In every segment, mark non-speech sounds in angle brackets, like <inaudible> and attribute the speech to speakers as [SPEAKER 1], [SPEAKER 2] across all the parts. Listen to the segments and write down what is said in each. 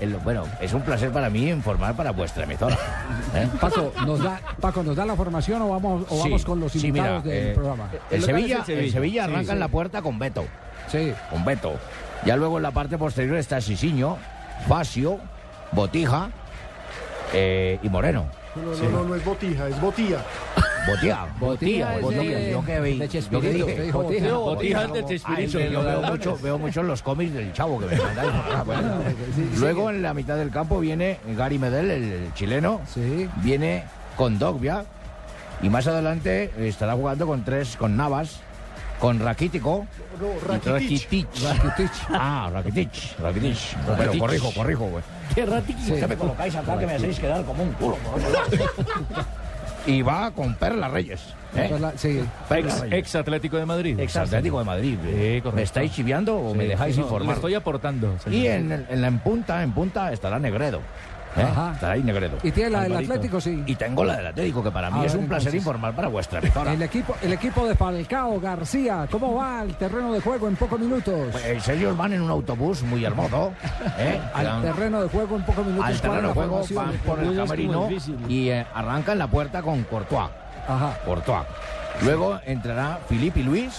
[SPEAKER 1] el- bueno, es un placer para mí informar para vuestra
[SPEAKER 2] <laughs>
[SPEAKER 1] emisora. ¿eh?
[SPEAKER 2] Paco, ¿nos da, Paco, ¿nos da la formación o vamos, o vamos
[SPEAKER 1] Sí,
[SPEAKER 2] con los
[SPEAKER 1] sí,
[SPEAKER 2] invitados
[SPEAKER 1] mira,
[SPEAKER 2] del
[SPEAKER 1] eh,
[SPEAKER 2] programa?
[SPEAKER 1] El
[SPEAKER 3] local
[SPEAKER 1] Sevilla,
[SPEAKER 3] es el
[SPEAKER 1] el
[SPEAKER 3] Sevilla.
[SPEAKER 1] Sevilla
[SPEAKER 3] Sí,
[SPEAKER 1] arranca en
[SPEAKER 3] sí.
[SPEAKER 1] la puerta con Beto.
[SPEAKER 2] Sí,
[SPEAKER 1] con Beto. Ya luego en la parte posterior está Sisiño, Facio, Botija eh, y Moreno.
[SPEAKER 4] No, no, no, no, no es botija, es botía.
[SPEAKER 1] Botija.
[SPEAKER 2] Botija es
[SPEAKER 1] Yo
[SPEAKER 2] de-
[SPEAKER 1] que- yo que vi.
[SPEAKER 2] de
[SPEAKER 1] yo que
[SPEAKER 2] Chespirito,
[SPEAKER 1] dije,
[SPEAKER 2] usted dijo Botija.
[SPEAKER 3] No, Botija es de
[SPEAKER 1] Ah,
[SPEAKER 3] Chespirito,
[SPEAKER 1] es que
[SPEAKER 3] los
[SPEAKER 1] veo,
[SPEAKER 3] ladrones.
[SPEAKER 1] mucho, veo mucho los cómics del chavo que me mandáis.
[SPEAKER 2] <laughs>
[SPEAKER 1] Ah, bueno. Luego en la mitad del campo viene Gary Medel, el chileno.
[SPEAKER 2] sí.
[SPEAKER 1] Viene con Dogbia. Y más adelante estará jugando con tres, con Navas, con Raquítico.
[SPEAKER 4] No,
[SPEAKER 1] y
[SPEAKER 4] Rakitic.
[SPEAKER 1] Rakitic. Ah, Rakitic. Rakitic. Pero
[SPEAKER 3] Rakitic.
[SPEAKER 1] corrijo, corrijo, güey.
[SPEAKER 3] Qué ratico.
[SPEAKER 1] Ya me colocáis acá que me hacéis quedar como un culo. y va con Perla Reyes. ¿eh?
[SPEAKER 2] Pues la- sí.
[SPEAKER 1] Perla Reyes.
[SPEAKER 3] Ex Atlético de Madrid.
[SPEAKER 1] Ex Atlético de Madrid.
[SPEAKER 3] Sí, correcto.
[SPEAKER 1] ¿Me estáis chiviando o me
[SPEAKER 3] Sí,
[SPEAKER 1] dejáis
[SPEAKER 3] sí, no, le
[SPEAKER 1] informar?
[SPEAKER 3] estoy aportando. señor.
[SPEAKER 1] Y en, el- en la en punta, en punta estará Negredo. ¿eh?
[SPEAKER 2] Ajá.
[SPEAKER 1] Estará ahí Negredo.
[SPEAKER 2] ¿Y tiene la del
[SPEAKER 3] Alvarito.
[SPEAKER 2] Atlético? Sí.
[SPEAKER 1] Y tengo la del Atlético, que para mí
[SPEAKER 2] A
[SPEAKER 1] es
[SPEAKER 2] ver,
[SPEAKER 1] un placer
[SPEAKER 2] entonces.
[SPEAKER 1] informar para vuestra emisora.
[SPEAKER 2] El equipo, el equipo de Falcao García, ¿cómo va el terreno de juego en pocos minutos?
[SPEAKER 1] Pues ellos van en un autobús muy hermoso. ¿eh?
[SPEAKER 2] Al
[SPEAKER 1] Van-
[SPEAKER 2] terreno de juego en pocos minutos.
[SPEAKER 1] al
[SPEAKER 2] ¿cuál es
[SPEAKER 1] terreno
[SPEAKER 2] la
[SPEAKER 1] de juego,
[SPEAKER 2] formación?
[SPEAKER 1] van por el
[SPEAKER 3] Muy
[SPEAKER 1] camerino
[SPEAKER 3] difícil.
[SPEAKER 1] y eh, arrancan la puerta con Courtois.
[SPEAKER 2] Ajá.
[SPEAKER 1] Courtois. Luego entrará Filipe y Luis,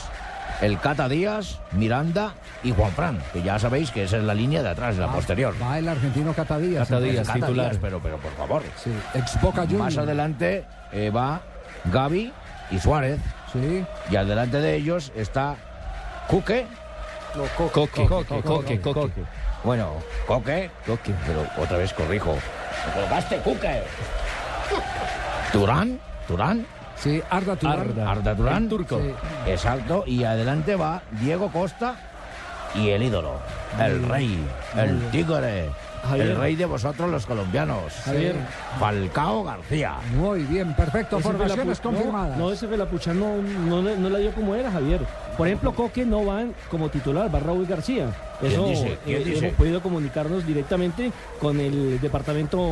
[SPEAKER 1] el Cata Díaz, Miranda y Juan Fran, que ya sabéis que esa es la línea de atrás, la
[SPEAKER 2] Va-
[SPEAKER 1] posterior.
[SPEAKER 2] Va el argentino Catadías.
[SPEAKER 3] Cata
[SPEAKER 1] El
[SPEAKER 3] Díaz,
[SPEAKER 1] Cata
[SPEAKER 3] titular.
[SPEAKER 1] Díaz, pero, pero por favor.
[SPEAKER 2] Sí, ex Boca Juniors.
[SPEAKER 1] Más adelante eh, va Gaby y Suárez,
[SPEAKER 2] Sí.
[SPEAKER 1] y adelante de ellos está Cuque.
[SPEAKER 4] No, Coque.
[SPEAKER 3] Coque, coque,
[SPEAKER 2] Coque,
[SPEAKER 3] coque,
[SPEAKER 2] coque.
[SPEAKER 3] coque.
[SPEAKER 1] Bueno, Coque. Coque, pero otra vez corrijo. ¡Me colocaste Cuque! Turán, Turán.
[SPEAKER 2] Sí, Arda Turán.
[SPEAKER 3] Arda.
[SPEAKER 1] Arda Turán.
[SPEAKER 3] El turco.
[SPEAKER 1] Sí. Exacto. Y adelante va Diego Costa y el ídolo, el rey, el tigre, el
[SPEAKER 3] Javier.
[SPEAKER 1] rey de vosotros los colombianos.
[SPEAKER 2] Javier.
[SPEAKER 1] Falcao García.
[SPEAKER 2] Muy bien, perfecto.
[SPEAKER 5] Ese
[SPEAKER 2] Formaciones
[SPEAKER 5] Felapu- no,
[SPEAKER 2] confirmadas.
[SPEAKER 5] No, ese Felapuchán no, no, le- no la dio como era, Javier. Por ejemplo, Coque no va en- como titular, va Raúl García.
[SPEAKER 1] ¿Quién
[SPEAKER 5] Eso eh,
[SPEAKER 1] dice? ¿Quién dice?
[SPEAKER 5] hemos podido comunicarnos directamente con el departamento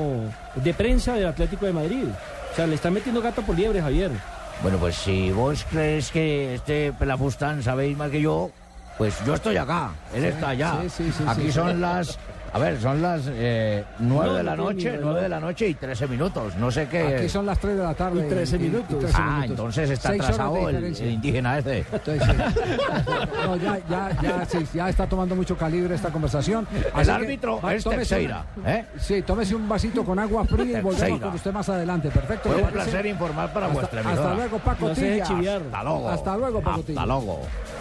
[SPEAKER 5] de prensa del Atlético de Madrid. O sea, le están metiendo gato por liebre, Javier.
[SPEAKER 1] Bueno, pues si vos crees que este Pelafustán sabéis más que yo, pues yo estoy acá, él está allá.
[SPEAKER 2] sí, sí, sí,
[SPEAKER 1] Aquí
[SPEAKER 2] sí.
[SPEAKER 1] son las, a ver, son las eh, nueve
[SPEAKER 5] No,
[SPEAKER 1] de la
[SPEAKER 5] no tiene
[SPEAKER 1] noche,
[SPEAKER 5] ni
[SPEAKER 1] nueve
[SPEAKER 5] reloj.
[SPEAKER 1] de la noche y 13 minutos. No sé qué.
[SPEAKER 2] Aquí son las 3 de la tarde.
[SPEAKER 5] Y 13 minutos.
[SPEAKER 2] y 13
[SPEAKER 1] Ah,
[SPEAKER 2] minutos.
[SPEAKER 1] entonces está
[SPEAKER 2] Seis horas de
[SPEAKER 1] atrasado el-
[SPEAKER 2] diferencia.
[SPEAKER 1] el indígena ese.
[SPEAKER 2] Entonces, sí. No, ya, ya, ya, sí, ya está tomando mucho calibre esta conversación.
[SPEAKER 1] El
[SPEAKER 2] Así que,
[SPEAKER 1] árbitro
[SPEAKER 2] va,
[SPEAKER 1] es
[SPEAKER 2] tómese
[SPEAKER 1] Teixeira,
[SPEAKER 2] una-
[SPEAKER 1] ¿eh?
[SPEAKER 2] Sí, tómese un vasito con agua fría y volvemos
[SPEAKER 1] Teixeira.
[SPEAKER 2] con usted más adelante. Perfecto.
[SPEAKER 1] Fue
[SPEAKER 2] ¿le
[SPEAKER 1] un
[SPEAKER 2] parece?
[SPEAKER 1] placer informar para
[SPEAKER 2] Hasta,
[SPEAKER 1] vuestra
[SPEAKER 2] hasta
[SPEAKER 1] emisora.
[SPEAKER 2] luego, Paco
[SPEAKER 5] No se deje
[SPEAKER 2] Tilla.
[SPEAKER 5] chiviar.
[SPEAKER 1] Hasta luego.
[SPEAKER 2] Hasta luego, Paco Tilla.
[SPEAKER 1] Hasta luego.